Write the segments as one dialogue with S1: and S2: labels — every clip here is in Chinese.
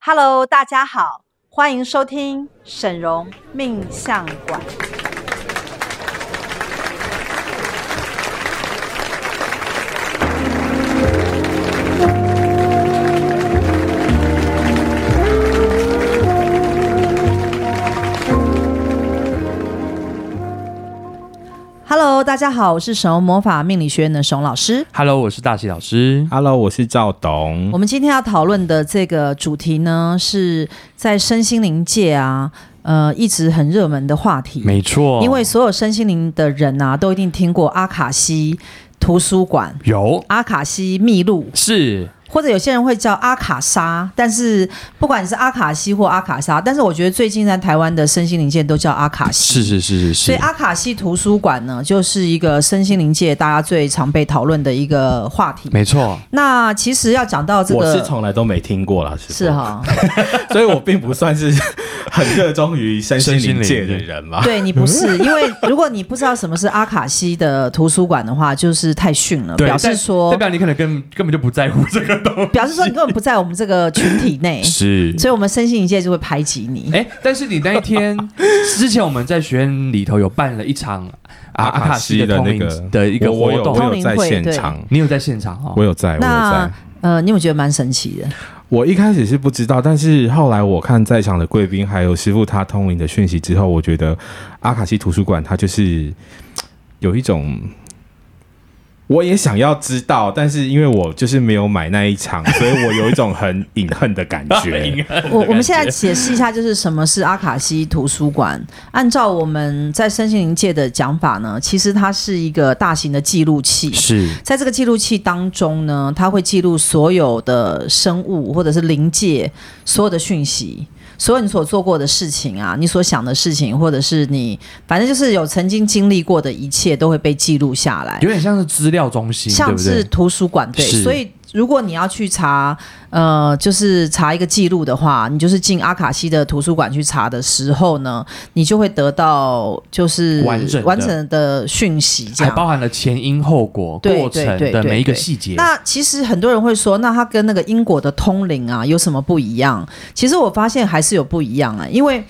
S1: Hello，大家好，欢迎收听沈荣命相馆。Hello，大家好，我是沈荣魔法命理学院的沈荣老师。
S2: Hello，我是大喜老师。
S3: Hello，我是赵董
S2: 嗯
S1: 我。们今天要讨论的这个主题呢，是在身心灵界啊，呃，一直很热门的话题。
S2: 没错，
S1: 因为所有身心灵的人啊，都一定听过阿卡西图书馆、
S2: 有
S1: 阿卡西秘录，
S2: 是
S1: 或者有些人会叫阿卡莎。但是不管你是阿卡西或阿卡莎，但是我觉得最近在台湾的身心灵界都叫阿卡西。
S2: 是是是是
S1: 所以
S2: 是，
S1: 阿卡西图书馆呢，就是一个身心灵界大家最常被讨论的一个话题。
S2: 没错，
S1: 那其实要讲到这
S3: 我
S1: 个，
S3: 是从来都没听过啦，师
S1: 是
S3: 傅，
S1: 哈，
S3: 所以我并不算是 很热衷于身心灵界的 人嘛。
S1: 对你不是，因为如果你不知道什么是阿卡西的图书馆的话，就是太逊了，
S2: 对
S1: 表示
S2: 但
S1: 说
S2: 代表你可能根根本就不在乎这个东
S1: 表示说你根本不在我们这个群体内
S2: 西。， 是
S1: 所以我们身心一界就会排挤你。
S2: 哎、但是你那一天 之前我们在学院里头有办了一场啊阿
S3: 阿
S2: 卡
S3: 卡
S2: 西
S3: 西
S2: 的
S3: 的
S2: 通
S3: 那
S2: 灵
S3: 个
S2: 的一个
S3: 我
S2: 活
S3: 我有
S2: 动，
S3: 我有
S1: 通
S3: 在
S1: 灵会
S3: 现
S1: 对
S3: 场，
S2: 你有在现场哦？
S3: 我有在，我有
S1: 那
S3: 在。
S1: 呃，你有没有觉得蛮神奇的？
S3: 我一开始是不知道，但是后来我看在场的贵宾还有师傅他通灵的讯息之后，我觉得阿卡西图书馆它就是嘖有一种。我也想要知道，但是因为我就是没有买那一场，所以我有一种很隐恨的感 觉。
S1: 我我们现在解释一下，就是什么是阿卡西图书馆。按照我们在身心灵界的讲法呢，其实它是一个大型的记录器。
S2: 是
S1: 在这个记录器当中呢，它会记录所有的生物或者是灵界所有的讯息，所有你所做过的事情啊，你所想的事情，或者是你反正就是有曾经经历过的一切都会被记录下来，
S2: 有点像是资料中心，对
S1: 像
S2: 不
S1: 是
S2: 对？
S1: 图书馆对，
S2: 是
S1: 所以。如果你要去查，呃，就是查一个记录的话，你就是进阿卡西的图书馆去查的时候呢，你就会得到就是
S2: 完整的
S1: 完整的讯息，这
S2: 还
S1: 样
S2: 包含了前因后果、
S1: 对
S2: 过程
S1: 对对
S2: 的
S1: 对
S2: 每一个
S1: 对
S2: 细节。
S1: 那其实很多人会说，那它跟那个英国的通灵啊有什么不一样？其实我发现还是有不一样啊、因为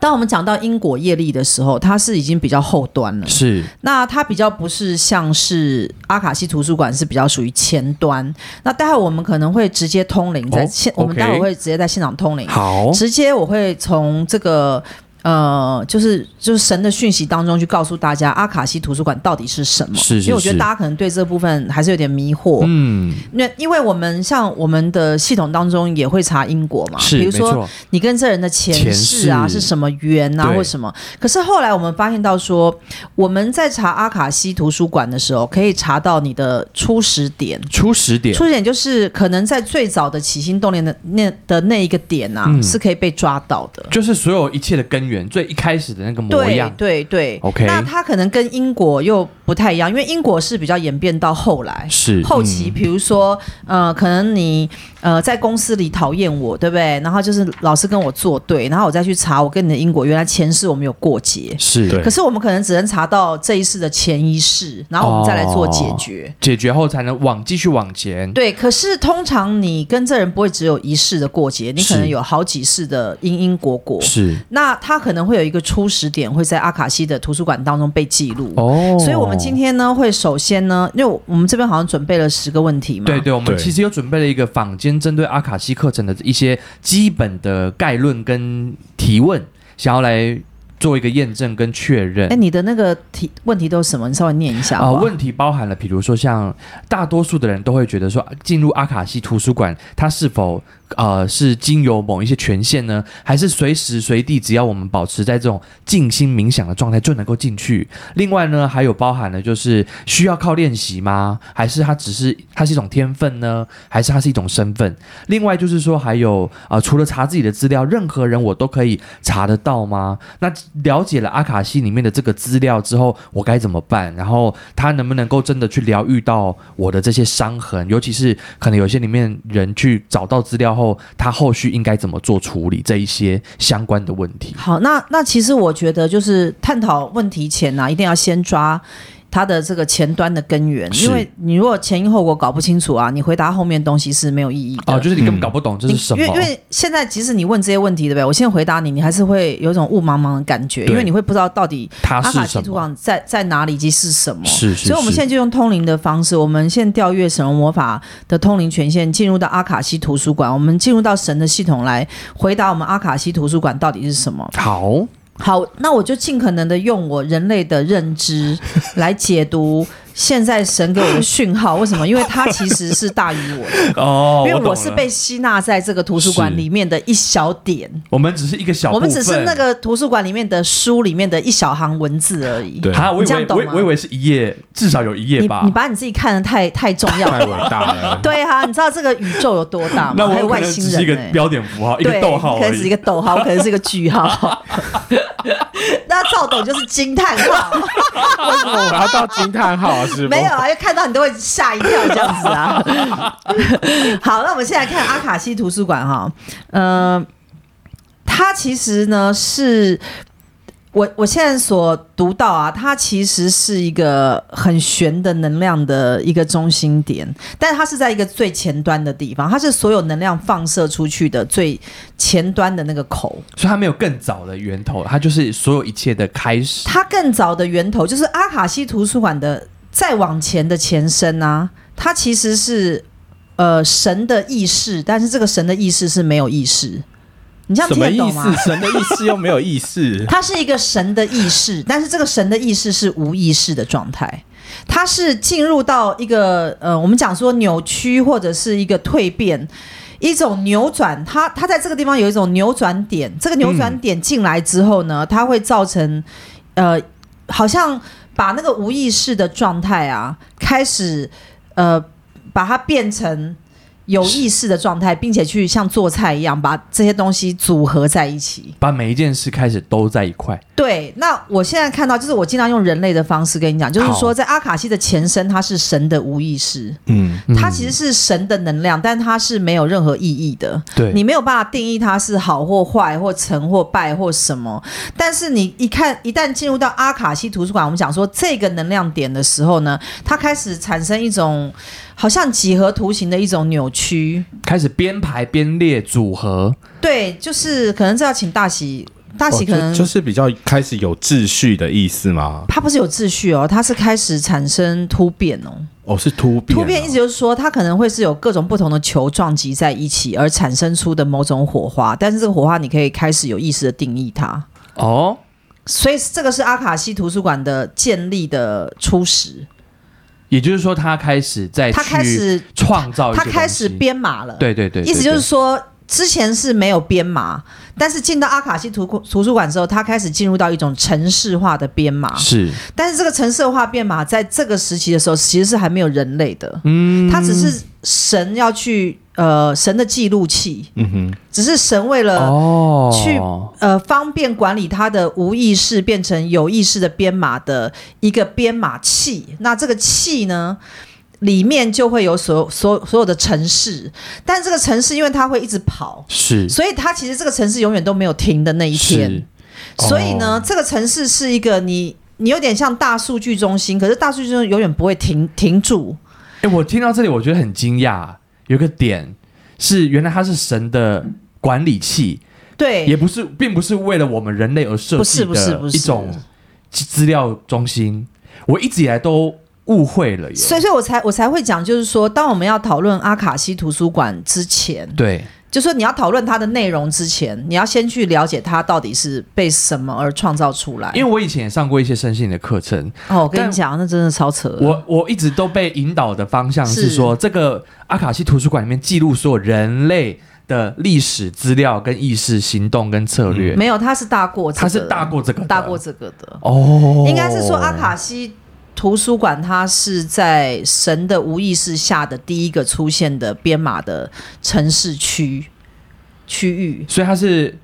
S1: 当我们讲到因果业力的时候，它是已经比较后端了。
S2: 是
S1: 那它比较不是像是阿卡西图书馆是比较属于前端。那待会我们可能会直接通灵在
S2: 哦
S1: 现，我们
S2: OK
S1: 待会会直接在现场通灵。
S2: 好，
S1: 直接我会从这个呃，就是就是神的讯息当中去告诉大家阿卡西图书馆到底是什么，
S2: 是
S1: 因
S2: 是
S1: 为我觉得
S2: 是
S1: 大家可能对这部分还是有点迷惑。
S2: 嗯，
S1: 那因为我们像我们的系统当中也会查因果嘛，
S2: 是
S1: 比
S2: 没
S1: 如说
S2: 错，
S1: 你跟这人的前世啊
S2: 前世
S1: 是什么缘啊
S2: 对
S1: 或什么，可是后来我们发现到说，我们在查阿卡西图书馆的时候，可以查到你的初始点。
S2: 初始点
S1: 初始点就是可能在最早的起心动念的那的那一个点啊，
S2: 嗯
S1: 是可以被抓到的。
S2: 就是所有一切的根源，最一开始的那个模
S1: 对
S2: 样。
S1: 对对
S2: OK
S1: 那它可能跟英国又不太一样，因为英国是比较演变到后来。
S2: 是
S1: 后期，比如说，呃，可能你呃在公司里讨厌我，对不对？然后就是老是跟我作对，然后我再去查我跟你的因果，原来前世我们有过节，
S2: 是
S3: 对
S1: 可是我们可能只能查到这一世的前一世，然后我们再来做解决。
S2: 解决后才能往继续往前。
S1: 对，可是通常你跟这人不会只有一世的过节，你可能
S2: 是
S1: 有好几世的因因果果。
S2: 是
S1: 那它可能会有一个初始点，会在阿卡西的图书馆当中被记录。
S2: 哦
S1: 所以，我们今天呢，会首先呢，因为我们这边好像准备了十个问题嘛，
S2: 对对，我们
S3: 对
S2: 其实有准备了一个坊间针对阿卡西课程的一些基本的概论跟提问，想要来做一个验证跟确认
S1: 哎，。你的那个题问题都是什么？你稍微念一下
S2: 啊、
S1: 好不好
S2: 问题包含了，比如说像大多数的人都会觉得说，进入阿卡西图书馆，它是否呃是经由某一些权限呢？还是随时随地只要我们保持在这种静心冥想的状态就能够进去？另外呢，还有包含了就是需要靠练习吗？还是它只是它是一种天分呢？还是它是一种身份？另外就是说，还有啊、呃除了查自己的资料，任何人我都可以查得到吗？那了解了阿卡西里面的这个资料之后，我该怎么办？然后他能不能够真的去疗愈到我的这些伤痕？尤其是可能有些里面人去找到资料后，他后续应该怎么做处理这一些相关的问题？
S1: 好，那那其实我觉得就是探讨问题前呢、一定要先抓它的这个前端的根源，
S3: 是
S1: 因为你如果前因后果搞不清楚啊，你回答后面东西是没有意义的。
S2: 哦，就是你根本
S3: 嗯
S2: 搞不懂这
S1: 你
S2: 是什么
S1: 因为。因为现在即使你问这些问题，对不对？我现在回答你，你还是会有一种雾茫茫的感觉，
S2: 对
S1: 因为你会不知道到底
S2: 它
S1: 阿卡
S2: 是
S1: 西
S2: 什
S1: 图
S2: 么？
S1: 港在在哪里以及是什么。
S2: 是是
S1: 所以，我们现在就用通灵的方式，我们现在调阅神龙魔法的通灵权限，进入到阿卡西图书馆，我们进入到神的系统来回答我们阿卡西图书馆到底是什么。
S2: 在好，
S1: 好，那我就尽可能的用我人类的认知来解读现在神给我的讯号。为什么？因为它其实是大于我的，
S2: 哦，
S1: 因为
S2: 懂
S1: 我是
S2: 了
S1: 被吸纳在这个图书馆
S2: 是
S1: 里面的一小点，
S2: 我们只是一个小部
S1: 我
S2: 分，
S1: 们只是那个图书馆里面的书里面的一小行文字而已。
S3: 对
S2: 哈，我以
S1: 你这
S2: 为
S1: 样
S2: 我
S1: 懂
S2: 以
S1: 吗
S2: 我以为是一页，至少有一页
S1: 你
S2: 吧
S1: 你。把你自己看得太太重要
S3: 太
S1: 了。
S3: 伟大了。
S1: 对啊，你知道这个宇宙有多大
S2: 那
S1: 吗？还有
S2: 我可
S1: 外
S2: 能
S1: 星
S2: 只是一
S1: 人、
S2: 个
S1: 欸。
S2: 标点符号，一个
S1: 对
S2: 逗号
S1: 可
S2: 而
S1: 能只是一
S2: 已。
S1: 个逗号，可能是一个句 号。 那赵董就是惊叹号，
S3: 为什么我要到惊叹号啊？是
S1: 没有啊，就看到你都会吓一跳这样子啊。好，那我们现在看阿卡西图书馆哈，呃，它其实呢是。我我现在所读到啊，它其实是一个很玄的能量的一个中心点，但它是在一个最前端的地方，它是所有能量放射出去的最前端的那个口。
S2: 所以它没有更早的源头，它就是所有一切的开始。
S1: 它更早的源头就是阿卡西图书馆的再往前的前身啊，它其实是呃神的意识，但是这个神的意识是没有意识，你这样
S3: 什
S1: 听
S3: 么
S1: 得
S3: 意
S1: 懂
S3: 思？
S1: 吗？
S3: 神的意思又没有意
S1: 。
S3: 思
S1: 它是一个神的意识，但是这个神的意识是无意识的状态，它是进入到一个呃，我们讲说扭曲或者是一个蜕变。一种扭转，它它在这个地方有一种扭转点，这个扭转点进来之后呢，它会造成，呃，好像把那个无意识的状态啊，开始呃，把它变成有意识的状态，并且去像做菜一样把这些东西组合在一起。
S2: 把每一件事开始都在一块，
S1: 对，那我现在看到，就是我尽量用人类的方式跟你讲，就是
S2: 好
S1: 说，在阿卡西的前身，它是神的无意识，
S3: 嗯，
S1: 它其实是神的能量，但它是没有任何意义的，
S2: 对
S1: 你没有办法定义它是好或坏，或成或败或什么。但是你一看，一旦进入到阿卡西图书馆，我们讲说这个能量点的时候呢，它开始产生一种好像几何图形的一种扭曲，
S2: 开始编排、编列、组合，
S1: 对，就是可能这要请大喜，大喜可能、
S3: 哦就就是比较开始有秩序的意思吗？
S1: 它不是有秩序哦，它是开始产生突变哦。
S3: 哦，是突变、
S1: 突变意思就是说，它可能会是有各种不同的球撞击在一起而产生出的某种火花，但是这个火花你可以开始有意识的定义它。
S2: 哦，
S1: 所以这个是阿卡西图书馆的建立的初始，
S2: 也就是说，它开始在
S1: 它开
S2: 哎去
S1: 始
S2: 创造一些
S1: 它
S2: 东西，
S1: 开始编码了。
S2: 对，对对对
S1: 意思就是
S2: 对
S1: 说。之前是没有编码，但是进到阿卡西图库图书馆之后，它开始进入到一种城市化的编码。
S2: 是
S1: 但是这个城市化编码在这个时期的时候，其实是还没有人类的，
S2: 嗯
S1: 它只是神要去呃神的记录器，
S3: 嗯哼，
S1: 只是神为了、
S2: 哦
S1: 去呃方便管理它的无意识变成有意识的编码的一个编码器。那这个器呢？里面就会有所有所有所有的城市，但这个城市因为它会一直跑，
S2: 是
S1: 所以它其实这个城市永远都没有停的那一天。
S2: 是哦
S1: 所以呢，这个城市是一个你你有点像大数据中心，可是大数据中心永远不会停停住。
S2: 哎、我听到这里，我觉得很惊讶。有一个点是，原来它是神的管理器，也
S1: 对，
S2: 不是，并不是为了我们人类而设
S1: 不
S2: 计
S1: 是不是
S2: 的
S1: 不是
S2: 一种资料中心。我一直以来都误会了耶。
S1: 所以所以我才我才会讲，就是说，当我们要讨论阿卡西图书馆之前，
S2: 对，
S1: 就说你要讨论它的内容之前，你要先去了解它到底是被什么而创造出来。
S2: 因为我以前也上过一些身心的课程，
S1: 哦，我跟
S2: 但
S1: 你讲，那真的超扯。
S2: 我我一直都被引导的方向是
S1: 呃是
S2: 说，这个阿卡西图书馆里面记录所有人类的历史资料、跟意识、行动跟策略，
S1: 嗯没有，它是大过这个
S2: 它
S1: 的，
S2: 是大过这个的，
S1: 大过这个的。
S2: 哦，
S1: 应该是说阿卡西图书馆，它是在神的无意识下的第一个出现的编码的城市区区域。
S2: 所以他是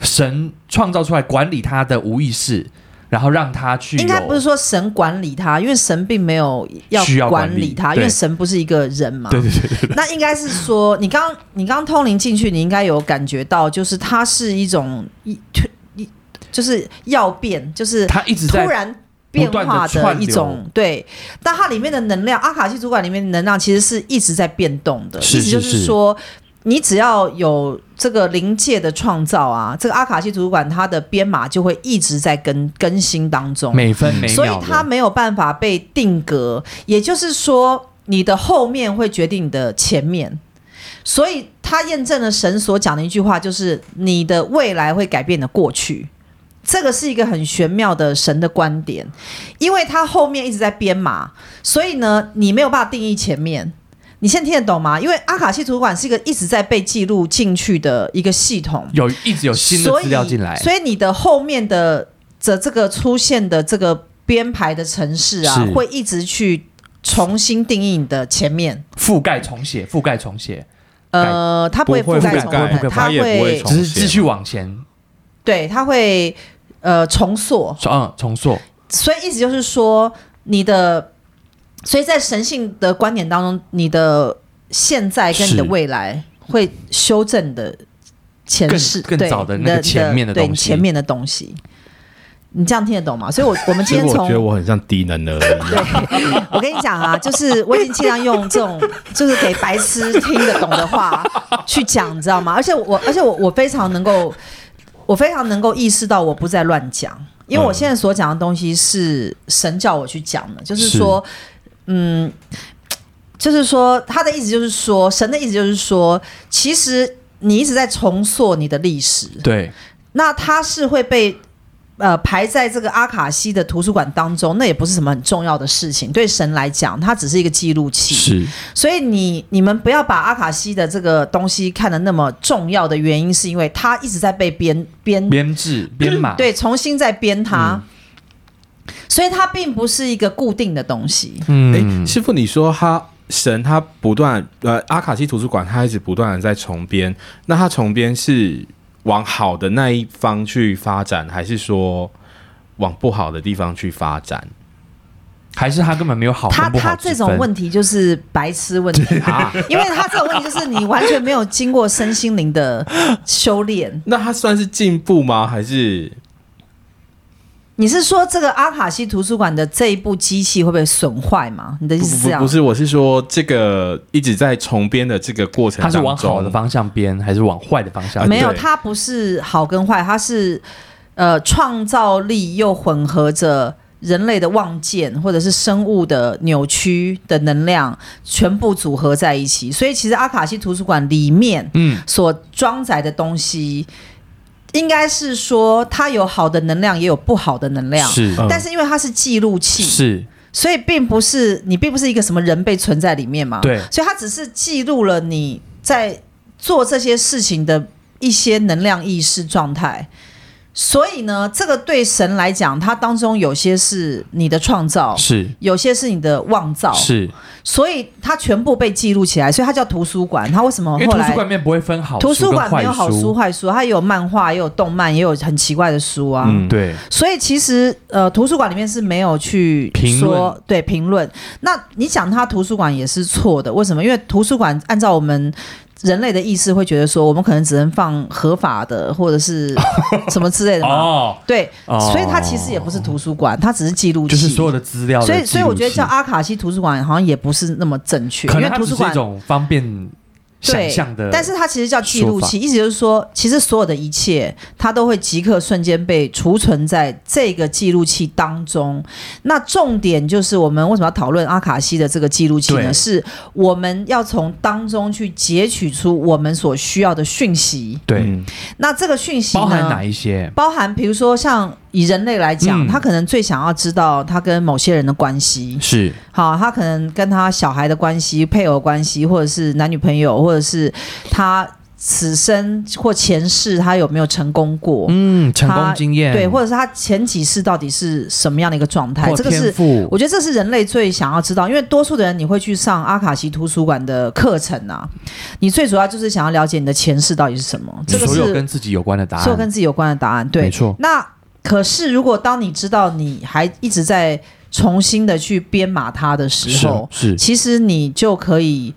S2: 神创造出来管理他的无意识，然后让他去有
S1: 应该不是说神管理它，因为神并没有要
S2: 需要管
S1: 管理它，
S2: 理
S1: 因为
S2: 对
S1: 神不是一个人嘛。
S2: 对对对 对
S1: 那应该是说，你刚你刚通灵进去，你应该有感觉到，就是它是一种一一，就是要变，就是
S2: 他一直
S1: 突
S2: 在
S1: 然变
S2: 不断地
S1: 化的
S2: 串流
S1: 一种对，但它里面的能量，阿卡西主管里面的能量其实是一直在变动的，
S2: 是
S1: 意思就是
S2: 是
S1: 说。你只要有这个临界的创造啊，这个阿卡西主管它的编码就会一直在更更新当中，
S2: 每分每
S1: 所以
S2: 嗯秒的
S1: 它没有办法被定格。也就是说，你的后面会决定你的前面，所以它验证了神所讲的一句话，就是你的未来会改变你的过去。这个是一个很玄妙的神的观点，因为它后面一直在编码，所以呢，你没有办法定义前面。你现在听得懂吗？因为阿卡西主管是一个一直在被记录进去的一个系统，
S2: 有一直有新的
S1: 所以，
S2: 资料进来，
S1: 所以你的后面的这这个出现的这个编排的城市啊
S2: 是，
S1: 会一直去重新定义你的前面。
S2: 覆盖重写，覆盖重写，
S1: 呃，它不会
S3: 不
S1: 覆
S3: 会
S1: 盖
S3: 覆
S1: 重
S3: 盖
S1: 排，
S3: 它也不会
S1: 会
S3: 重
S2: 只是
S3: 写
S2: 继续往前，
S1: 对，它会呃重塑，
S2: 说嗯，重塑，
S1: 所以意思就是说你的，所以在神性的观点当中，你的现在跟你的
S2: 是
S1: 未来会修正你的前
S2: 更
S1: 世，
S2: 更
S1: 对
S2: 早的
S1: 你
S2: 那个
S1: 的
S2: 前面的
S1: 对
S2: 东
S1: 你
S2: 西
S1: 前面的东西。你这样听得懂吗？所以我，我们
S3: 其
S1: 今天
S3: 实我
S1: 从
S3: 觉得我很像低能儿一样。
S1: 我跟你讲啊，就是我已经尽量用这种就是给白痴听得懂的话去讲，你知道吗？而且我，而且我，我非常能够，我非常能够意识到我不在乱讲，因为我现在所讲的东西是神叫我去讲的，就是说，嗯，就是说他的意思就是说，神的意思就是说，其实你一直在重塑你的历史，
S2: 对，
S1: 那它是会被呃排在这个阿卡西的图书馆当中，那也不是什么很重要的事情。对神来讲，它只是一个记录器。
S2: 是
S1: 所以你你们不要把阿卡西的这个东西看得那么重要的原因，是因为它一直在被编编
S2: 编制编码，
S1: 嗯对，重新再编它。所以它并不是一个固定的东西，
S3: 哎、
S2: 嗯，
S3: 师傅，你说他神他不断呃，阿卡西图书馆他一直不断的在重编，那他重编是往好的那一方去发展，还是说往不好的地方去发展？
S2: 还是他根本没有好
S1: 它
S2: 跟不
S1: 它
S2: 好
S1: 这
S2: 之
S1: 种
S2: 哦分，
S1: 问题就是白痴问题，啊因为它这种问题就是你完全没有经过身心灵的修炼，
S3: 那他算是进步吗？还是
S1: 你是说这个阿卡西图书馆的这一部机器会不会损坏吗？你的意
S3: 不
S1: 思是这
S3: 不
S1: 样？
S3: 不是？我是说这个一直在重编的这个过程
S2: 他
S3: 当
S2: 是
S3: 中，
S2: 往好的方向编，还是往坏的方向
S1: 没
S2: 编？
S1: 有，
S3: 啊对
S1: 它不是好跟坏，它是呃创造力又混合着人类的望见或者是生物的扭曲的能量，全部组合在一起。所以其实阿卡西图书馆里面
S2: 嗯，
S1: 所装载的东西，应该是说它有好的能量，也有不好的能量。
S2: 是
S3: 嗯
S1: 但是因为它是记录器，
S2: 是，
S1: 所以并不是你并不是一个什么人被存在里面嘛，
S2: 对
S1: 所以它只是记录了你在做这些事情的一些能量意识状态。所以呢，这个对神来讲，它当中有些是你的创造，
S2: 是
S1: 有些是你的妄造，
S2: 是，
S1: 所以它全部被记录起来，所以它叫图书馆。它为什么
S2: 因为
S1: 哦后
S2: 图书
S1: 来
S2: 馆里面不会分好
S1: 图书
S2: 跟
S1: 馆没
S2: 坏
S1: 有好书坏书，它也有漫画，也有动漫，也有很奇怪的书啊。
S3: 嗯
S2: 对，
S1: 所以其实呃，图书馆里面是没有去
S2: 评
S1: 说
S2: 论
S1: 对评论。那你讲它图书馆也是错的，为什么？因为图书馆按照我们。人类的意识会觉得说，我们可能只能放合法的或者 是什么之类的嘛，
S2: 哦，
S1: 对，
S2: 哦
S1: 所以它其实也不是图书馆，它只是记录器。
S2: 就是所有的资料的记
S1: 所
S2: 录
S1: 以
S2: 器，
S1: 所以我觉得叫阿卡西图书馆好像也不是那么正确，
S2: 可
S1: 因为
S2: 能它
S1: 图
S2: 只
S1: 书
S2: 是一
S1: 馆
S2: 种方便想象的，
S1: 但是它其实叫记录
S2: 说法
S1: 器，意思就是说，其实所有的一切，它都会即刻瞬间被储存在这个记录器当中。那重点就是我们为什么要讨论阿卡西的这个记录器
S2: 对
S1: 呢？是我们要从当中去截取出我们所需要的讯息。
S2: 对，
S3: 嗯
S1: 那这个讯息呢
S2: 包含哪一些？
S1: 包含比如说像以人类来讲，
S2: 嗯
S1: 他可能最想要知道他跟某些人的关系，
S2: 是
S1: 好，他可能跟他小孩的关系、配偶关系，或者是男女朋友，或者是他此生或前世他有没有成功过，
S2: 嗯，成功
S1: 它
S2: 经验
S1: 对，或者是他前几世到底是什么样的一个状态，
S2: 或
S1: 这个
S2: 天
S1: 是。
S2: 赋
S1: 我觉得这是人类最想要知道，因为多数的人你会去上阿卡西图书馆的课程啊，你最主要就是想要了解你的前世到底是什么，这个
S2: 所
S1: 是
S2: 有跟自己有关的答
S1: 所有跟
S2: 案，
S1: 自己有关的答案，对，
S2: 没错，
S1: 那可是，如果当你知道你还一直在重新的去编码它的时
S2: 是
S1: 候，
S2: 是
S1: 其实你就可以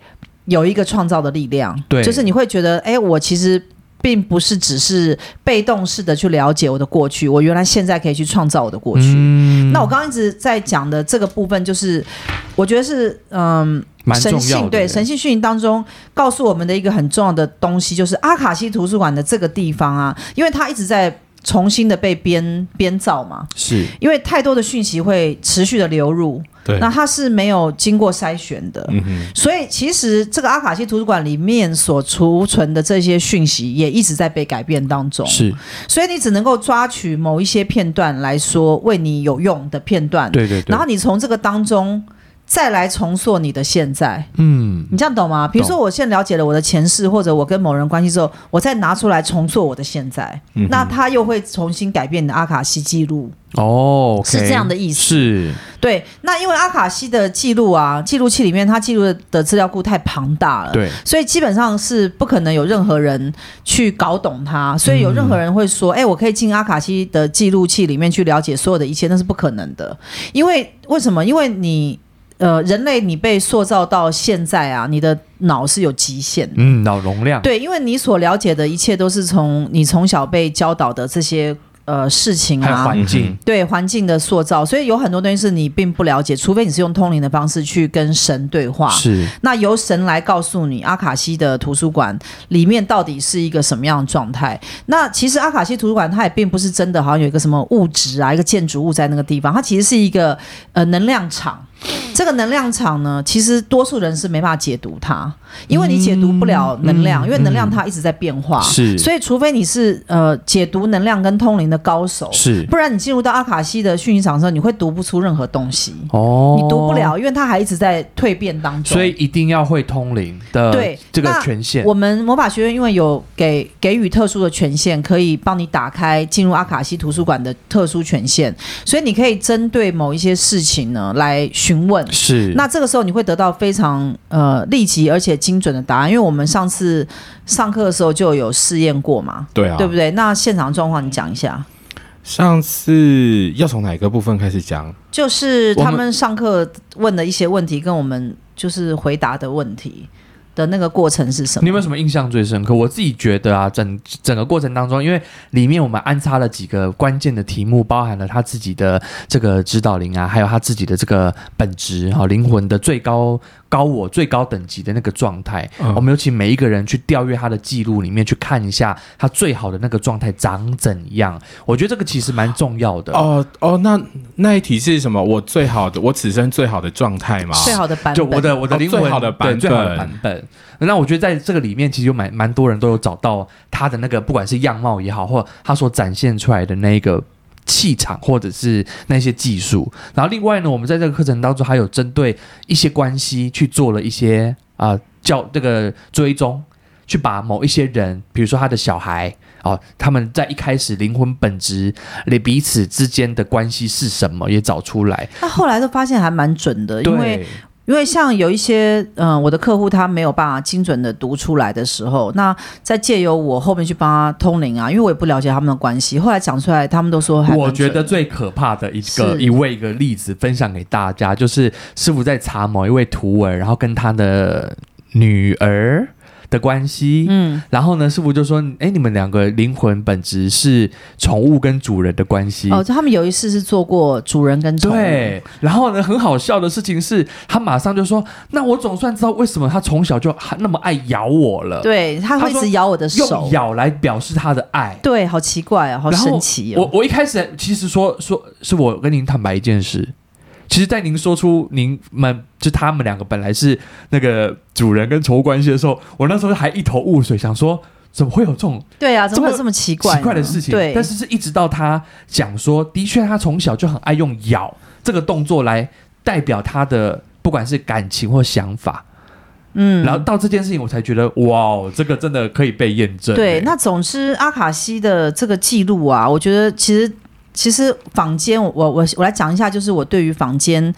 S1: 有一个创造的力量，
S2: 对
S1: 就是你会觉得，哎，我其实并不是只是被动式的去了解我的过去，我原来现在可以去创造我的过去。
S2: 嗯
S1: 那我刚刚一直在讲的这个部分，就是我觉得是嗯，
S2: 蛮重
S1: 神
S2: 要
S1: 性
S2: 的
S1: 对神性训练当中告诉我们的一个很重要的东西，就是阿卡西图书馆的这个地方啊，因为它一直在重新的被编编造嘛，
S2: 是
S1: 因为太多的讯息会持续的流入，
S3: 对
S1: 那它是没有经过筛选的。
S3: 嗯哼，
S1: 所以，其实这个阿卡西图书馆里面所储存的这些讯息，也一直在被改变当中。
S2: 是，
S1: 所以你只能够抓取某一些片段来说为你有用的片段，
S2: 对对对。
S1: 然后你从这个当中再来重塑你的现在，
S2: 嗯，
S1: 你这样懂吗？比如说，我现在了解了我的前世或者我跟某人关系之后，我再拿出来重塑我的现在，
S3: 嗯哼
S1: 那它又会重新改变你的阿卡西记录。
S2: 哦，OK，
S1: 是这样的意思
S2: 是
S1: 对，那因为阿卡西的记录啊，记录器里面它记录的资料库太庞大了，
S2: 对，
S1: 所以基本上是不可能有任何人去搞懂它，所以有任何人会说：“哎、我可以进阿卡西的记录器里面去了解所有的一切，那是不可能的。因为为什么？因为你呃，人类你被塑造到现在啊，你的脑是有极限的。
S2: 嗯，脑容量，
S1: 对，因为你所了解的一切都是从你从小被教导的这些呃事情
S2: 还有
S1: 啊，
S2: 环境
S3: 嗯，
S1: 对环境的塑造，所以有很多东西是你并不了解，除非你是用通灵的方式去跟神对话。
S2: 是
S1: 那由神来告诉你阿卡西的图书馆里面到底是一个什么样的状态。那其实阿卡西图书馆它也并不是真的，好像有一个什么物质啊，一个建筑物在那个地方，它其实是一个呃能量场。这个能量场呢，其实多数人是没办法解读它，因为你解读不了能量，
S2: 嗯
S1: 因为能量它一直在变化，
S2: 是
S1: 所以除非你是呃解读能量跟通灵的高手，
S2: 是
S1: 不然你进入到阿卡西的讯息场的时候，你会读不出任何东西。
S2: 哦，
S1: 你读不，了，因为它还一直在蜕变当中。
S2: 所以一定要会通灵的
S1: 对
S2: 这个
S1: 那
S2: 权限
S1: 我们魔法学院因为有给给予特殊的权限，可以帮你打开进入阿卡西图书馆的特殊权限，所以你可以针对某一些事情呢来询问。
S2: 是
S1: 那这个时候你会得到非常呃立即而且精准的答案，因为我们上次上课的时候就有试验过嘛，
S3: 对啊，
S1: 对不对？那现场状况你讲一下，
S3: 上次要从哪个部分开始讲？
S1: 就是
S3: 我
S1: 他
S3: 们
S1: 们上课问的一些问题，跟我们就是回答的问题的那个过程是什么？
S2: 你有没有什么印象最深刻？我自己觉得啊，整整个过程当中，因为里面我们安插了几个关键的题目，包含了他自己的这个指导灵啊，还有他自己的这个本质哈、灵魂的最高高我最高等级的那个状态。
S3: 嗯
S2: 我们有请每一个人去调阅他的记录里面去看一下他最好的那个状态长怎样。我觉得这个其实蛮重要的。
S3: 哦哦，那那一题是什么？我最好的，我此生最好的状态吗？
S1: 最好的版本？
S2: 就我的我的
S3: 哦
S2: 灵魂、
S3: 最好的版
S2: 对最好的
S3: 本
S2: 版本。那我觉得在这个里面，其实有蛮蛮多人都有找到他的那个，不管是样貌也好，或他所展现出来的那一个。气场或者是那些技术，然后另外呢，我们在这个课程当中还有针对一些关系去做了一些啊、呃教这个追踪，去把某一些人，比如说他的小孩哦，他们在一开始灵魂本质里彼此之间的关系是什么也找出来，
S1: 那后来都发现还蛮准的，因为
S2: 对
S1: 因为像有一些嗯、呃我的客户他没有办法精准的读出来的时候，那再借由我后面去帮他通灵啊，因为我也不了解他们的关系，后来讲出来，他们都说还蛮
S2: 我觉
S1: 准的
S2: 得最可怕的一
S1: 是
S2: 个一位一个例子分享给大家，就是师傅在查某一位徒儿，然后跟他的女儿的关系。
S1: 嗯
S2: 然后呢，师傅就说：“哎，你们两个灵魂本质是宠物跟主人的关系。
S1: 哦，就他们有一次是做过主人跟宠物，
S2: 对，然后呢，很好笑的事情是，他马上就说：“那我总算知道为什么他从小就那么爱咬我了，
S1: 对，他会一直咬我的手
S2: 用，咬来表示他的爱。”
S1: 对，好奇怪哦，好
S2: 然后
S1: 神奇哦。
S2: 我我一开始其实说说是我跟您坦白一件事，其实，在您说出您们就他们两个本来是那个主人跟宠物关系的时候，我那时候还一头雾水，想说怎么会有这种
S1: 对啊，怎么
S2: 这
S1: 会
S2: 么
S1: 这么奇怪呢？
S2: 奇怪的事情？
S1: 对，
S2: 但是是一直到他讲说，的确他从小就很爱用咬这个动作来代表他的不管是感情或想法，
S1: 嗯，
S2: 然后到这件事情我才觉得哇哦，这个真的可以被验证欸。
S1: 对，那总之阿卡西的这个记录啊，我觉得其实其实坊间我我我来讲一下，就是我对于坊间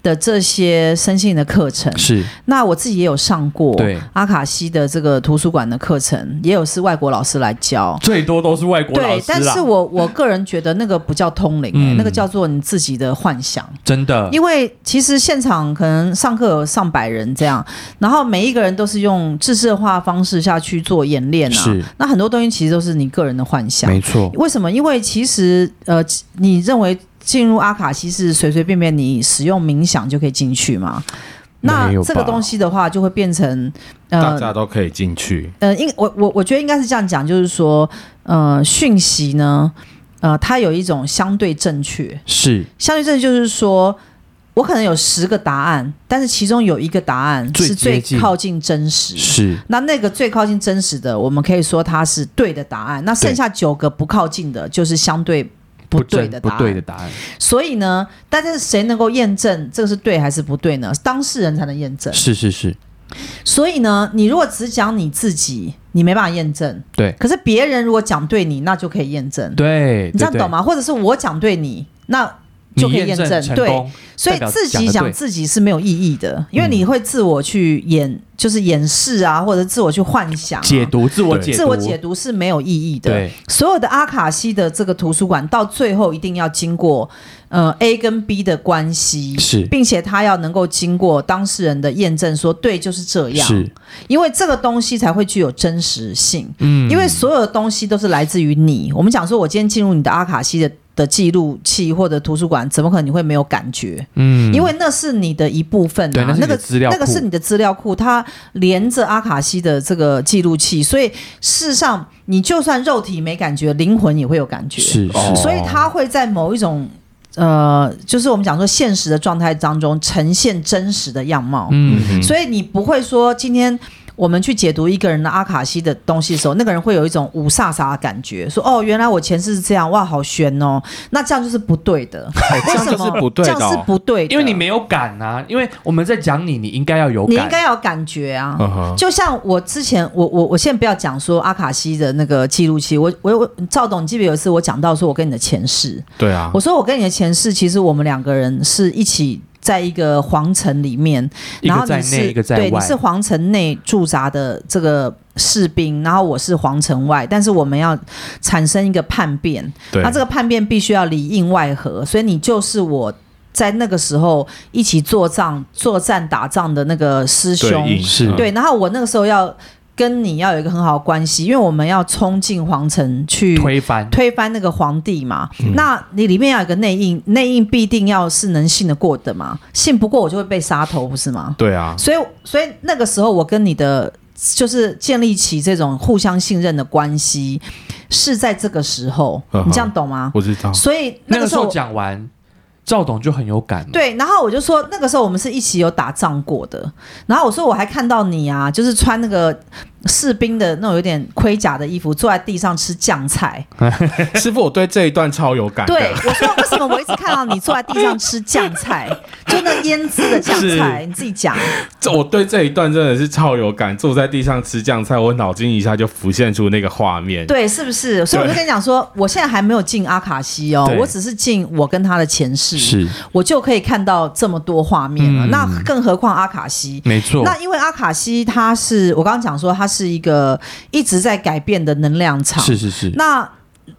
S1: 的这些身心灵的课程。
S2: 是
S1: 那我自己也有上过
S2: 对
S1: 阿卡西的这个图书馆的课程，也有是外国老师来教。
S2: 最多都是外国老
S1: 对，
S2: 师
S1: 但
S2: 啦
S1: 是，我我个人觉得那个不叫通灵、欸
S2: 嗯
S1: 那个叫做你自己的幻想。
S2: 真的
S1: 因为其实现场可能上课有上百人这样，然后每一个人都是用制式化的方式下去做演练啊
S2: 是。
S1: 那很多东西其实都是你个人的幻想。
S2: 没错，
S1: 为什么？因为其实呃，你认为进入阿卡西是随随便便你使用冥想就可以进去吗？那
S2: 没有吧
S1: 这个东西的话，就会变成
S3: 大
S1: 呃
S3: 家都可以进去。
S1: 呃，应我我我觉得应该是这样讲，就是说呃，讯息呢，呃，它有一种相对正确，
S2: 是
S1: 相对正确就是说。我可能有十个答案，但是其中有一个答案
S2: 最
S1: 是最
S2: 接近
S1: 靠近真实。
S2: 是
S1: 那那个最靠近真实的，我们可以说它是对的答案。那剩下九个不靠近的，就是相对不对
S2: 正
S1: 的
S2: 不
S1: 答案。
S2: 对的答案，
S1: 所以呢，但是谁能够验证这个是对还是不对呢？当事人才能验证。
S2: 是是是，
S1: 所以呢，你如果只讲你自己，你没办法验证。
S2: 对
S1: 可是别人如果讲对你，那就可以验证。
S2: 对，
S1: 你这样
S2: 对
S1: 懂？吗？或者是我讲对你，那
S2: 对
S1: 就可
S2: 你
S1: 以验
S2: 证成
S1: 对，
S2: 功，
S1: 所以
S2: 代表
S1: 自己
S2: 讲得
S1: 讲
S2: 对嗯
S1: 自己是没有意义的，因为你会自我去演，就是掩饰啊，或者自我去幻想啊、
S2: 解读自我
S3: 对
S2: 解
S1: 自
S2: 读
S1: 我解读是没有意义的
S2: 对。
S1: 所有的阿卡西的这个图书馆，到最后一定要经过呃 A 跟 B 的关系，
S2: 是
S1: 并且他要能够经过当事人的验证说对就是这样，
S2: 是
S1: 因为这个东西才会具有真实性。
S2: 嗯
S1: 因为所有的东西都是来自于你。我们讲说，我今天进入你的阿卡西的的记录器或者图书馆，怎么可能你会没有感觉？
S2: 嗯
S1: 因为那是你的一部分
S2: 对
S1: 啊
S2: 那，是你
S1: 那
S2: 的
S1: 个
S2: 资料
S1: 那个
S2: 库
S1: 是你的资料库，它连着阿卡西的这个记录器，所以事实上你就算肉体没感觉，灵魂也会有感觉，
S2: 是
S3: 哦
S2: 是
S1: 所以它会在某一种。呃，就是我们讲说现实的状态当中呈现真实的样貌，
S2: 嗯
S3: 嗯
S1: 所以你不会说今天我们去解读一个人的阿卡西的东西的时候，那个人会有一种五煞煞的感觉，说哦，原来我前世是这样，哇，好悬哦，那这样就是不对 的，为
S3: 这样
S1: 什
S3: 就是
S1: 么？
S3: 不对
S1: 这
S3: 的哦
S1: 样是不对的，
S2: 因为你没有感啊，因为我们在讲你，你应该要有
S1: 你
S2: 感，
S1: 应该要有感觉啊。
S3: 嗯哼
S1: 就像我之前，我我我现在不要讲说阿卡西的那个记录器，我我我赵董，你记不记得有一次我讲到说我跟你的前世，
S3: 对啊
S1: 我，说我跟你的前世，其实我们两个人是一起在一个皇城里面，
S2: 一个
S1: 然后
S2: 在
S1: 你是
S2: 内一个在
S1: 对，
S2: 外
S1: 你是皇城内驻扎的这个士兵，然后我是皇城外，但是我们要产生一个叛变，
S3: 对
S1: 啊那这个叛变必须要里应外合，所以你就是我。在那个时候一起作战、作战、打仗的那个师兄，
S3: 对应
S2: 是
S3: 嗯
S1: 对，然后我那个时候要跟你要有一个很好的关系，因为我们要冲进皇城去
S2: 推翻，
S1: 推翻那个皇帝嘛。那你里面要有一个内应，内应必定要是能信得过的嘛，信不过我就会被杀头，不是吗？
S3: 对啊，
S1: 所以，所以那个时候我跟你的就是建立起这种互相信任的关系，是在这个时候，
S3: 嗯哼
S1: 你这样懂吗？
S3: 我知道。
S1: 所以嗯那
S2: 那个
S1: 个
S2: 时
S1: 时
S2: 候
S1: 候
S2: 讲完，赵董就很有感嘛，
S1: 对，然后我就说那个时候我们是一起有打仗过的，然后我说我还看到你啊，就是穿那个士兵的那种有点盔甲的衣服，坐在地上吃酱菜。
S3: 师傅，我对这一段超有感的。
S1: 对，我说为什么我一直看到你坐在地上吃酱菜，就那腌制的酱菜，
S3: 是
S1: 你自己讲。
S3: 这我对这一段真的是超有感。坐在地上吃酱菜，我脑筋一下就浮现出那个画面。
S1: 对，是不是？所以我就跟你讲说，我现在还没有进阿卡西哦
S2: 对，
S1: 我只是进我跟他的前世，我就可以看到这么多画面了。
S2: 嗯
S1: 那更何况阿卡西？
S2: 没错，
S1: 那因为阿卡西它是我刚刚讲说，它是一个一直在改变的能量场。
S2: 是是是，
S1: 那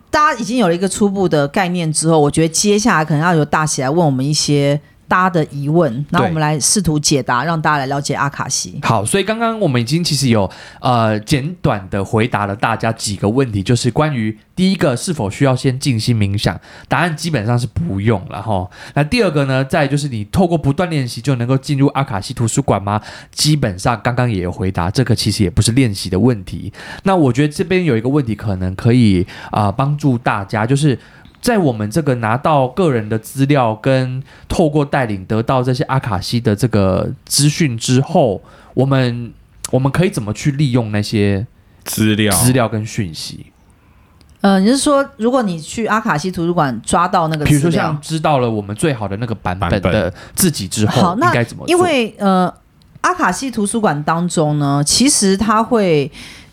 S1: 大家已经有了一个初步的概念之后，我觉得接下来可能要由大喜来问我们一些大家的疑问，那我们来试图解答，让大家来了解阿卡西。
S2: 好，所以刚刚我们已经其实有呃简短的回答了大家几个问题，就是关于第一个是否需要先静心冥想，答案基本上是不用了哈。那第二个呢，再就是你透过不断练习就能够进入阿卡西图书馆吗？基本上刚刚也有回答，这个其实也不是练习的问题。那我觉得这边有一个问题可能可以啊、呃帮助大家，就是。在我们这个拿到个人的资料跟透过带领得到这些阿卡西的这个资讯之后，我们我们可以怎么去利用那些
S3: 资料，
S2: 资料跟讯息？
S1: 呃，你是说如果你去阿卡西图书馆抓到那个
S2: 比如
S1: 资
S2: 说
S1: 料
S2: 像，知道了我们最好的那个版本
S3: 版本
S2: 的自己之后
S1: 好，那
S2: 应该怎么做？
S1: 因为呃，阿卡西图书馆当中呢，其实它会。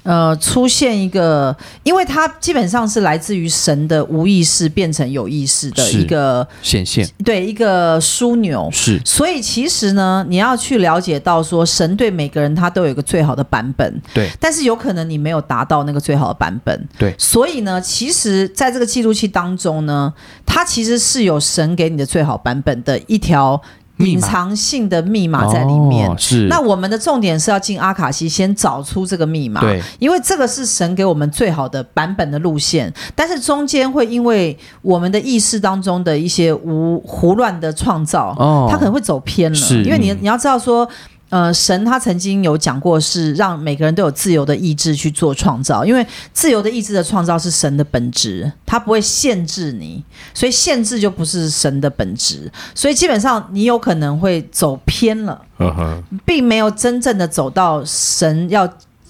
S1: 呃出现一个，因为它基本上是来自于神的无意识变成有意识的
S2: 是
S1: 一个
S2: 显现
S1: 对一个枢纽。
S2: 是
S1: 所以其实呢，你要去了解到说，神对每个人他都有一个最好的版本，
S2: 对
S1: 但是有可能你没有达到那个最好的版本，
S2: 对
S1: 所以呢，其实在这个记录器当中呢，它其实是有神给你的最好版本的一条
S2: 密
S1: 隐
S2: 码
S1: 藏性的密码在里面。
S2: 哦是
S1: 那我们的重点是要进阿卡西，先找出这个密码。
S2: 对
S1: 因为这个是神给我们最好的版本的路线，但是中间会因为我们的意识当中的一些无胡乱的创造，
S2: 哦
S1: 它可能会走偏了
S2: 是，
S1: 因为你
S3: 嗯
S1: 你要知道说。呃，神他曾经有讲过，是让每个人都有自由的意志去做创造，因为自由的意志的创造是神的本质，它不会限制你，所以限制就不是神的本质，所以基本上你有可能会走偏了，
S3: 嗯哼，
S1: 并没有真正的走到神要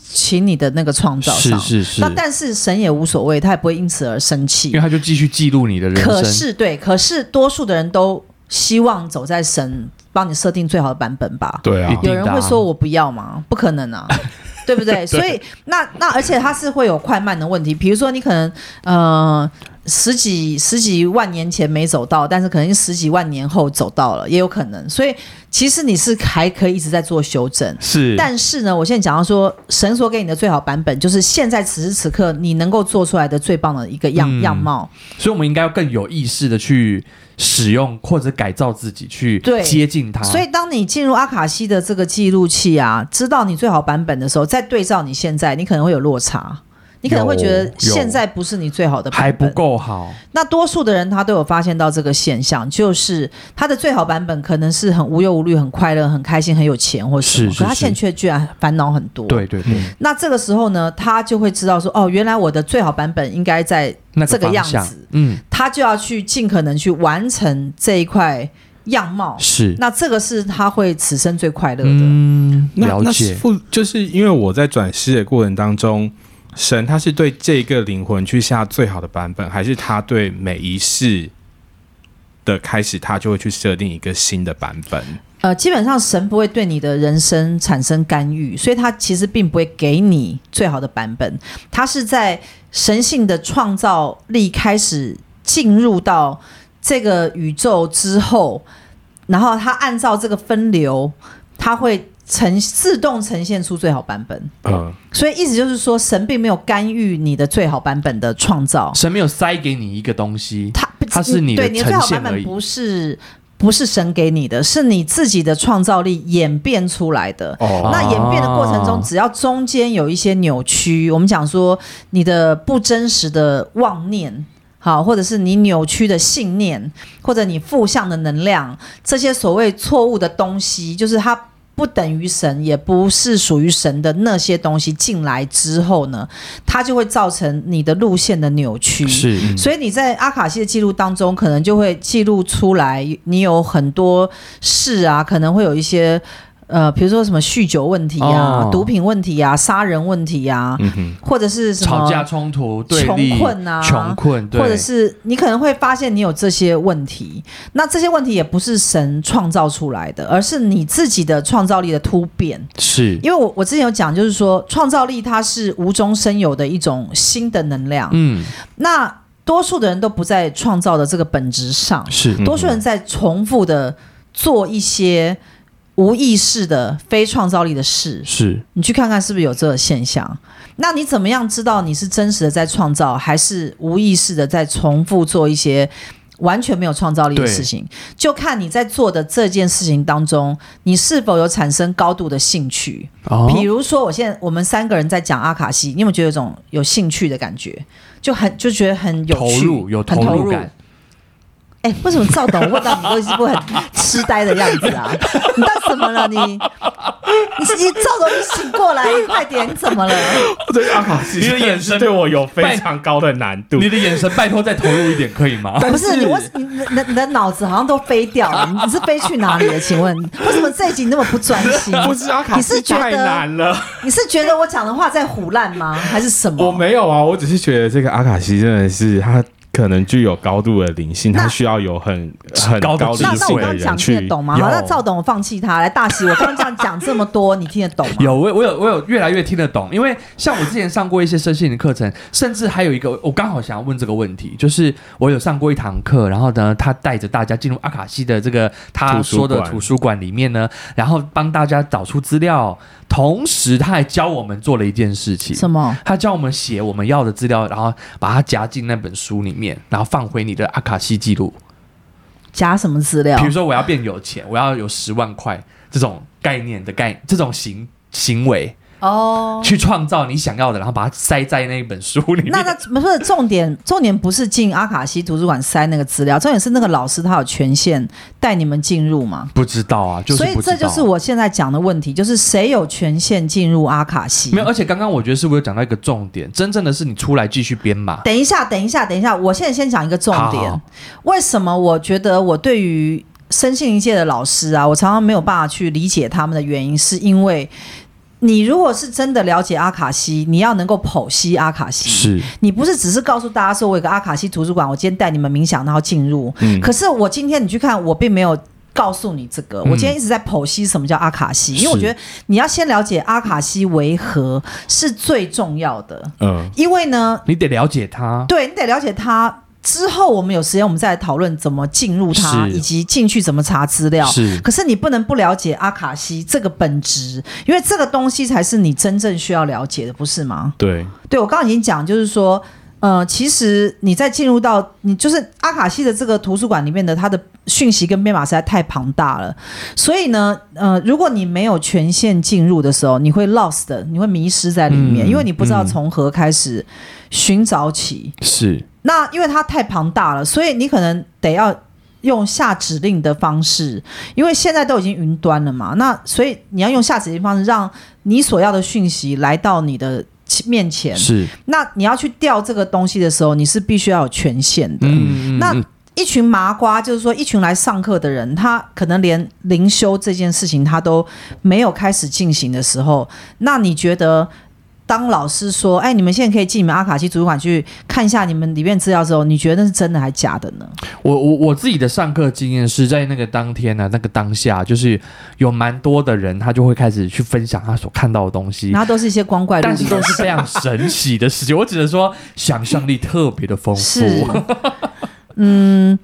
S1: 请你的那个创造
S2: 是
S1: 上。
S2: 是是
S1: 那，但是神也无所谓，他也不会因此而生
S2: 因为
S1: 气。
S2: 他就继续记录你的人
S1: 可
S2: 生，
S1: 是对，可是多数的人都希望走在神帮你设定最好的版本吧？
S3: 对啊
S2: 一，定
S1: 有
S2: 的啊
S1: 人会说我不要吗？不可能 啊，对不对？所以那那而且它是会有快慢的问题，比如说你可能呃十几十几万年前没走到，但是可能十几万年后走到了，也有可能。所以其实你是还可以一直在做修正。
S2: 是
S1: 但是呢，我现在讲到说，神所给你的最好版本，就是现在此时此刻你能够做出来的最棒的一个样、
S2: 嗯
S1: 样貌。
S2: 所以我们应该要更有意识的去使用或者改造自己，去
S1: 对
S2: 接近它。
S1: 所以，当你进入阿卡西的这个记录器啊，知道你最好版本的时候，再对照你现在，你可能会有落差，你可能会觉
S3: 有
S1: 得
S3: 有
S1: 现在不是你最好的版本，
S2: 还不。够好，
S1: 那多数的人他都有发现到这个现象，就是他的最好版本可能是很无忧无虑、很快乐、很开心、很有钱或什么，
S2: 是是
S1: 可他
S2: 是
S1: 欠缺居然烦恼很多。。
S2: 对对对，
S3: 嗯
S1: 那这个时候呢，他就会知道说，哦，原来我的最好版本应该在
S2: 那
S1: 这个
S2: 方
S1: 样
S2: 向
S1: 子，
S2: 嗯，
S1: 他就要去尽可能去完成这一块样貌。
S2: 是，
S1: 那这个是他会此生最快乐的。
S2: 嗯，
S3: 那
S2: 了
S3: 那师
S2: 解，
S3: 傅就是因为我在转世的过程当中，神他是对这个灵魂去下最好的版本，还是他对每一世的开始，他就会去设定一个新的版本？
S1: 呃，基本上神不会对你的人生产生干预，所以他其实并不会给你最好的版本，他是在神性的创造力开始进入到这个宇宙之后，然后他按照这个分流，他会呈自动呈现出最好版本。
S3: 嗯，
S1: 所以意思就是说，神并没有干预你的最好版本的创造，
S2: 神没有塞给你一个东西，
S1: 它
S2: 它是你的
S1: 对你的最好
S2: 呈现
S1: 版本
S2: 而已
S1: 不是不是神给你的，是你自己的创造力演变出来的。
S2: 啊
S3: 哦
S1: 那演变的过程中，
S2: 哦
S1: 只要中间有一些扭曲，我们讲说你的不真实的妄念。好，或者是你扭曲的信念，或者你负向的能量，这些所谓错误的东西，就是它不等于神，也不是属于神的那些东西进来之后呢，它就会造成你的路线的扭曲。
S2: 是
S3: 嗯
S1: 所以你在阿卡西的记录当中，可能就会记录出来，你有很多事啊，可能会有一些呃，比如说什么酗酒问题啊、
S2: 哦
S1: 毒品问题啊、杀人问题啊，
S3: 嗯哼，
S1: 或者是什么
S2: 吵架、冲突、对立、
S1: 穷困啊
S2: 穷困，对
S1: 或者是你可能会发现你有这些问题，那这些问题也不是神创造出来的，而是你自己的创造力的突变。
S2: 是，
S1: 因为我我之前有讲，就是说创造力它是无中生有的一种新的能量，
S2: 嗯，
S1: 那多数的人都不在创造的这个本质上，
S2: 是
S3: 嗯
S1: 多数人在重复的做一些无意识的非创造力的事。
S2: 是，
S1: 你去看看是不是有这个现象？那你怎么样知道你是真实的在创造，还是无意识的在重复做一些完全没有创造力的
S2: 对
S1: 事情？就看你在做的这件事情当中，你是否有产生高度的兴趣。
S2: 哦
S1: 比如说，我现在我们三个人在讲阿卡西，你有没有觉得有种有兴趣的感觉？就很就觉得很有
S2: 投
S1: 趣，
S2: 入有
S1: 很投
S2: 入感，，
S1: 哎、为什么赵董问到你都一副很 痴呆的样子啊？ 你到底怎么了你？你是你赵董，你醒过来，你快点，你怎么了？
S3: 对阿卡西
S2: 你的眼神
S3: 对我有非
S2: 拜
S3: 常高的难度
S2: 你。的眼神拜托再投入一点可以吗？
S1: 不是你，我你你的你的脑子好像都飞掉了，你是飞去哪里了？请问为什么这一集你那么不专心？
S3: 不是阿卡
S1: 你
S3: 西
S1: 是觉
S3: 太
S1: 得
S3: 难了，
S1: 你是觉得我讲的话在胡乱吗？还是什么？
S3: 我没有啊，我只是觉得这个阿卡西真的是他可能具有高度的灵性，
S1: 那
S3: 它需要有很很
S2: 高
S3: 高
S2: 的
S3: 灵
S2: 智
S1: 那
S2: 慧
S1: 那我刚
S3: 性的
S1: 刚
S3: 人
S1: 讲听
S3: 去
S1: 得懂吗？好，
S2: 有
S1: 那赵董我放弃他，来大喜，我刚刚这样讲这么多，你听得懂吗？
S2: 有我我有我有越来越听得懂，因为像我之前上过一些身心灵课程，甚至还有一个我刚好想要问这个问题，就是我有上过一堂课，然后呢，他带着大家进入阿卡西的这个他
S3: 图书
S2: 说的
S3: 馆
S2: 图书馆里面呢，然后帮大家找出资料，同时他还教我们做了一件事情，
S1: 什么？
S2: 他叫我们写我们要的资料，然后把它夹进那本书里面，然后放回你的阿卡西记录。
S1: 加什么资料
S2: 比？如说我要变有钱，我要有十万块这种概念的概这种行行为，
S1: 哦，
S2: 去创造你想要的，然后把它塞在那一本书里面。
S1: 那那不是重点，重点不是进阿卡西图书馆塞那个资料，重点是那个老师他有权限带你们进入嘛。
S2: 不知道啊，就是
S1: 所以
S2: 不知
S1: 这
S2: 道
S1: 就是我现在讲的问题，就是谁有权限进入阿卡西？
S2: 没有。而且刚刚我觉得是不是有讲到一个重点？真正的是你出来继续编码。
S1: 等一下，等一下，等一下，我现在先讲一个重点。
S2: 好
S1: 为什么我觉得我对于身心灵界的老师啊，我常常没有办法去理解他们的原因，是因为你如果是真的了解阿卡西，你要能够剖析阿卡西，
S2: 是
S1: 你不是只是告诉大家说我有个阿卡西图书馆，我今天带你们冥想，然后进入。
S3: 嗯
S1: 可是我今天你去看，我并没有。告诉你这个，我
S2: 嗯
S1: 今天一直在剖析什么叫阿卡西，因为我
S2: 是
S1: 觉得你要先了解阿卡西为何是最重要的，
S3: 嗯
S1: 因为呢，
S2: 你得了解它，
S1: 对你得了解它之后，我们有时间我们再来讨论怎么进入它，
S2: 是
S1: 以及进去怎么查资料。
S2: 是
S1: 可是你不能不了解阿卡西这个本质，因为这个东西才是你真正需要了解的，不是吗？
S3: 对，
S1: 对我刚刚已经讲，就是说，呃，其实你在进入到你就是阿卡西的这个图书馆里面的它的讯息跟编码实在太庞大了，所以呢，呃，如果你没有权限进入的时候，你会 lost 的，你会迷失在里面，
S2: 嗯
S1: 因为你不知道
S2: 嗯
S1: 从何开始寻找起。
S2: 是
S1: 那因为它太庞大了，所以你可能得要用下指令的方式，因为现在都已经云端了嘛，那所以你要用下指令方式，让你所要的讯息来到你的面前。
S2: 是，
S1: 那你要去调这个东西的时候，你是必须要有权限的。
S2: 嗯
S1: 那
S2: 嗯
S1: 一群麻瓜，就是说一群来上课的人，他可能连灵修这件事情他都没有开始进行的时候，那你觉得？当老师说：“哎，你们现在可以进你们阿卡西图书馆去看一下你们里面资料之后，你觉得那是真的还假的呢？
S2: 我我我自己的上课经验是在那个当天呢、啊那个当下，就是有蛮多的人，他就会开始去分享他所看到的东西
S1: 然，后都是一些光怪陆
S2: 但是
S1: 离
S2: 都
S1: 的
S2: 是非常神奇的事情。我只能说，想象力特别的丰
S1: 是
S2: 富。，
S1: 嗯，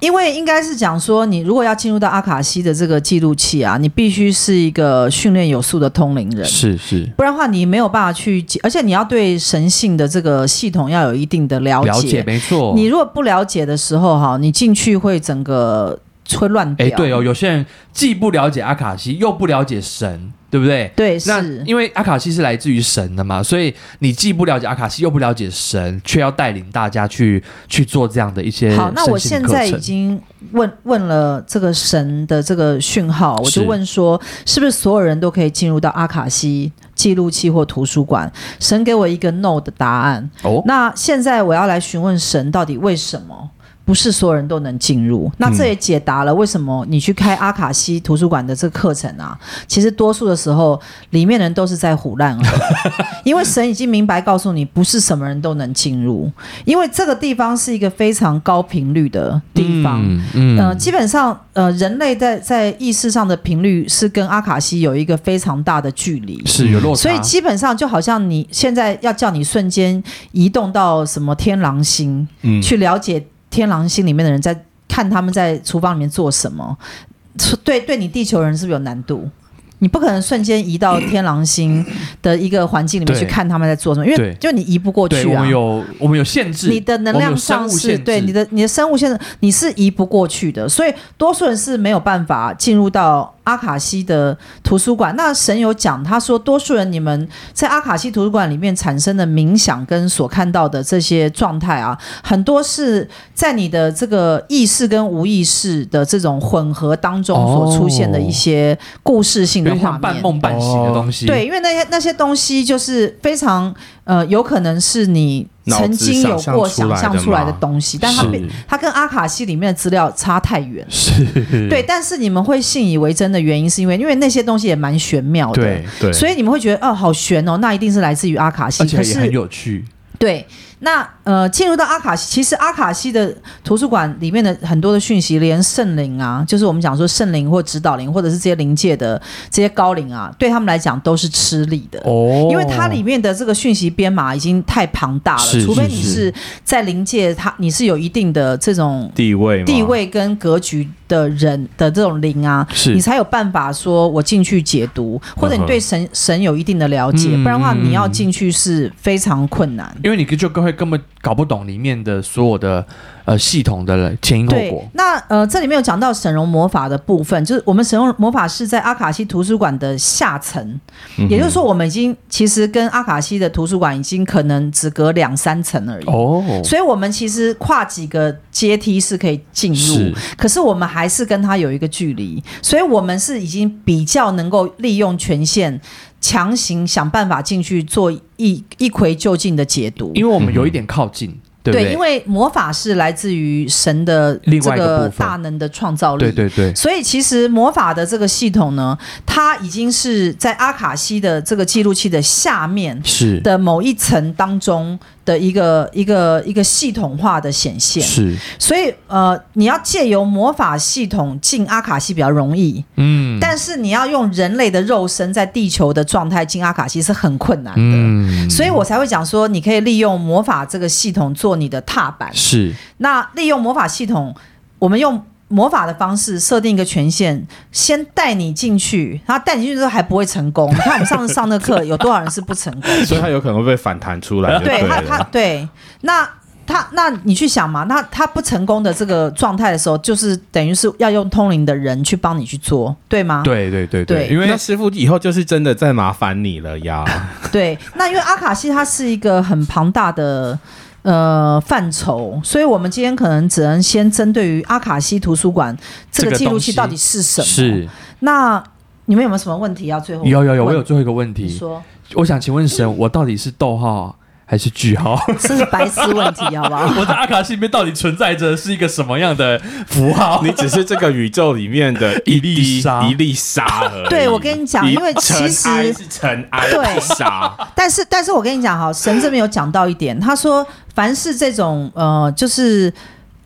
S1: 因为应该是讲说，你如果要进入到阿卡西的这个记录器啊，你必须是一个训练有素的通灵人，
S2: 是是，
S1: 不然的话你没有办法去解，而且你要对神性的这个系统要有一定的了解。
S2: 了解没错。
S1: 你如果不了解的时候哈，你进去会整个会乱掉。
S2: 哎，对哦，，有些人既不了解阿卡西，又不了解神，对不对？
S1: 对
S2: 那
S1: 是。
S2: 因为阿卡西是来自于神的嘛，所以你既不了解阿卡西，又不了解神，却要带领大家去去做这样的一些
S1: 好，那
S2: 身
S1: 我
S2: 心
S1: 现
S2: 课
S1: 在已
S2: 程
S1: 经问问了这个神的这个讯号，我就是问说，是不是所有人都可以进入到阿卡西记录器或图书馆？神给我一个 no 的答案。
S2: 哦，
S1: 那现在我要来询问神，到底为什么？不是所有人都能进入，那这也解答了为什么你去开阿卡西图书馆的这个课程啊，其实多数的时候里面人都是在胡乱 而已因为神已经明白告诉你，不是什么人都能进入，因为这个地方是一个非常高频率的地方，
S2: 嗯嗯
S1: 呃，基本上，呃，人类在在意识上的频率是跟阿卡西有一个非常大的距离，
S2: 是有落差，
S1: 所以基本上就好像你现在要叫你瞬间移动到什么天狼星，
S3: 嗯
S1: 去了解天狼星里面的人在看他们在厨房里面做什么，对对你地球人是不是有难度？你不可能瞬间移到天狼星的一个环境里面去
S2: 对
S1: 看他们在做什么，因
S2: 对
S1: 为就你移不过
S2: 对
S1: 去
S2: 我
S1: 啊
S2: 们。有我们有限制，
S1: 你的能
S2: 我们
S1: 量
S2: 有生
S1: 上
S2: 物
S1: 是
S2: 限
S1: 对
S2: 制
S1: 你的你的生物限制，你是移不过去的，所以多数人是没有办法进入到阿卡西的图书馆。那神有讲，他说多数人你们在阿卡西图书馆里面产生的冥想跟所看到的这些状态啊，很多是在你的这个意识跟无意识的这种混合当中所出现的一些故事性的
S2: 有点
S1: 画
S2: 像半
S1: 面。
S2: 梦半醒的东西，
S1: 对，，因为那些那些东西就是非常呃，有可能是你曾经有过想象出来的东西，但它
S2: 是
S1: 被它跟阿卡西里面的资料差太远。
S2: 是，
S1: 对，但是你们会信以为真的原因，是因为因为那些东西也蛮玄妙的。
S2: 对，
S3: 对，
S1: 所以你们会觉得哦，好玄哦，那一定是来自于阿卡西。
S2: 而且
S1: 可
S2: 也很
S1: 是
S2: 有趣，
S1: 对，那呃，进入到阿卡西，其实阿卡西的图书馆里面的很多的讯息，连圣灵啊，就是我们讲说圣灵或指导灵，或者是这些灵界的这些高灵啊，对他们来讲都是吃力的。
S2: 哦
S1: 因为它里面的这个讯息编码已经太庞大了，
S2: 是
S1: 除非
S2: 是
S1: 你
S2: 是
S1: 是在灵界，它你是有一定的这种
S3: 地位吗
S1: 地位跟格局的人的这种灵啊，
S2: 是
S1: 你才有办法说我进去解读，或者你对神、神有一定的了解，
S2: 嗯
S1: 不然的话
S2: 嗯
S1: 你要
S2: 嗯
S1: 进去是非常困难。
S2: 因为你就会根本搞不懂里面的所有的呃系统的前因后
S1: 对
S2: 果，。
S1: 那呃，这里面有讲到神容魔法的部分，就是我们神容魔法是在阿卡西图书馆的下层，
S3: 嗯哼
S1: 也就是说，我们已经其实跟阿卡西的图书馆已经可能只隔两三层而已。
S2: 哦，
S1: 所以，我们其实跨几个阶梯是可以进入
S2: 是，
S1: 可是我们还是跟他有一个距离，所以我们是已经比较能够利用权限，强行想办法进去做一一窥究竟的解读。
S2: 因为我们有一点靠近，对不
S1: 对，因为魔法是来自于神的
S2: 另
S1: 这
S2: 外一个
S1: 个
S2: 部分
S1: 大能的创造力。
S2: 对对对，
S1: 所以其实魔法的这个系统呢，它已经是在阿卡西的这个记录器的下面
S2: 是
S1: 的某一层当中的一个一个一个系统化的显现。
S2: 是，
S1: 所以呃，你要借由魔法系统进阿卡西比较容易，
S2: 嗯，
S1: 但是你要用人类的肉身在地球的状态进阿卡西是很困难的。
S2: 嗯，
S1: 所以我才会讲说，你可以利用魔法这个系统做你的踏板。
S2: 是
S1: 那利用魔法系统，我们用魔法的方式设定一个权限，先带你进去，然后带你进去之后还不会成功。你看我们上次上那课，有多少人是不成功？
S3: 所以他有可能会被反弹出来就
S1: 对他，他
S3: 了。
S1: 对那。他，那你去想嘛？那他不成功的这个状态的时候，就是等于是要用通灵的人去帮你去做，对吗？
S2: 对对对
S1: 啊对
S2: 因为
S3: 那师傅以后就是真的在麻烦你了呀。
S1: 对，那因为阿卡西它是一个很庞大的呃范畴，所以我们今天可能只能先针对于阿卡西图书馆这
S2: 这
S1: 个
S2: 个
S1: 记录器
S2: 东西
S1: 到底是什么。，
S2: 是
S1: 那你们有没有什么问题要最后
S2: 有有有，我
S1: 问
S2: 有最后一个问
S1: 你
S2: 题，
S1: 说
S2: 我想请问神，我到底是逗号还是句 号？
S1: 这是白痴问题，好不好？
S2: 我在阿卡西里面到底存在着是一个什么样的符号？
S3: 你只是这个宇宙里面的
S2: 一
S3: 滴
S2: 粒沙
S3: 一粒沙而已。
S1: 对我跟你讲
S3: 一
S1: 因为其实
S3: 尘埃是尘埃，
S1: 对
S3: 不是沙。
S1: 但是，但是我跟你讲哈，神这边有讲到一点，他说凡是这种呃，就是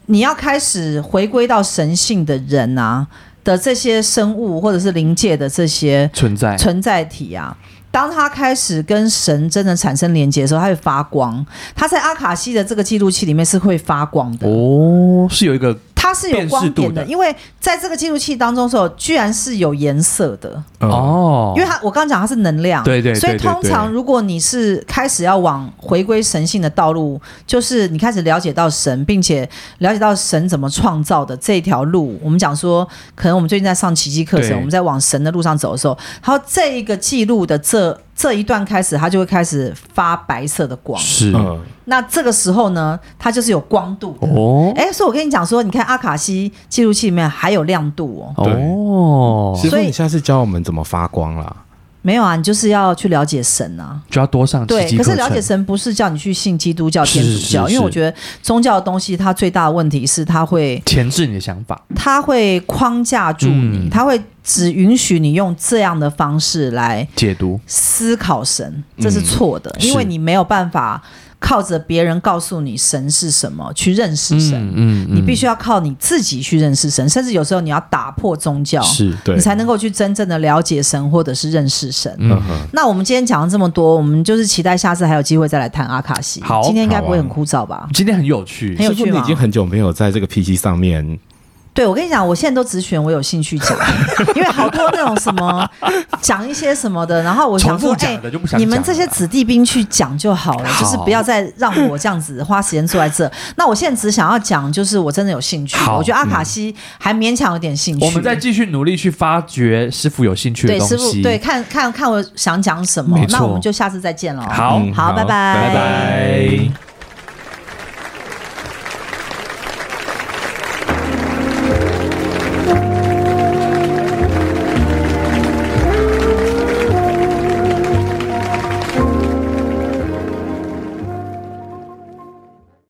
S1: 你要开始回归到神性的人啊的这些生物或者是灵界的这些
S2: 存在
S1: 存在体啊。当他开始跟神真的产生连接的时候，他会发光。他在阿卡西的这个记录器里面是会发光的，
S2: 哦，是有一个
S1: 它是有光点的，因为在这个记录器当中的时候，居然是有颜色的，
S3: 哦，
S2: 哦，
S1: 因为它我刚刚讲它是能量，
S2: 对对对
S1: 所以
S2: 对对
S1: 通常如果你是开始要往回归神性的道路，就是你开始了解到神，并且了解到神怎么创造的这条路，我们讲说，可能我们最近在上奇迹课程，
S2: 对
S1: 我们在往神的路上走的时候，还有这一个记录的这这一段开始，它就会开始发白色的光，
S2: 是
S3: 嗯，
S1: 那这个时候呢，它就是有光度的。
S2: 哦
S1: 哎，所以我跟你讲说，你看阿卡西记录器里面还有亮度哦。
S2: 哦，
S3: 师傅，
S1: 所以
S3: 你下次教我们怎么发光啦。
S1: 没有啊，你就是要去了解神啊。
S2: 就要多上
S1: 对
S2: 奇，迹
S1: 可是
S2: 课
S1: 了解
S2: 程
S1: 神不是叫你去信基督教、
S2: 是
S1: 天主教，
S2: 是是
S1: 因为我觉得宗教的东西它最大的问题是它会
S2: 前置你的想法，
S1: 它会框架住你，
S2: 嗯
S1: 它会只允许你用这样的方式来
S2: 解读
S1: 思考神，这是错的，
S2: 嗯是
S1: 因为你没有办法靠着别人告诉你神是什么去认识神。
S2: 嗯
S1: 你必须要靠你自己去认识神，甚至有时候你要打破宗教，
S2: 是
S3: 对
S1: 你，才能够去真正的了解神或者是认识神。
S2: 嗯
S3: 嗯哼
S1: 那我们今天讲了这么多，我们就是期待下次还有机会再来谈阿卡西。
S2: 好
S1: 今天应该不会
S3: 好啊
S1: 很枯燥吧？
S2: 今天很有趣
S1: 很，有
S3: 师傅，
S1: 趣
S3: 你
S1: 吗
S3: 已经很久没有在这个 PC 上面
S1: 对，我跟你讲，我现在都只选我有兴趣 讲，因为好多那种什么讲一些什么的，然后我想说，
S2: 重复
S1: 哎、
S2: 讲的就不想讲了
S1: 你们这些子弟兵去讲就好了，
S2: 好
S1: 就是不要再让我这样子花时间坐在这。那我现在只想要讲，就是我真的有兴趣，
S2: 好嗯
S1: 我觉得阿卡西还勉强有点兴趣。
S2: 我们再继续努力去发掘师傅有兴趣的
S1: 对
S2: 东
S1: 师傅
S2: 西。
S1: 对看看看我想讲什么
S2: 没，
S1: 那
S2: 错
S1: 我们就下次再见了。哦
S2: 好
S3: 嗯
S1: 好，拜拜
S3: 拜拜。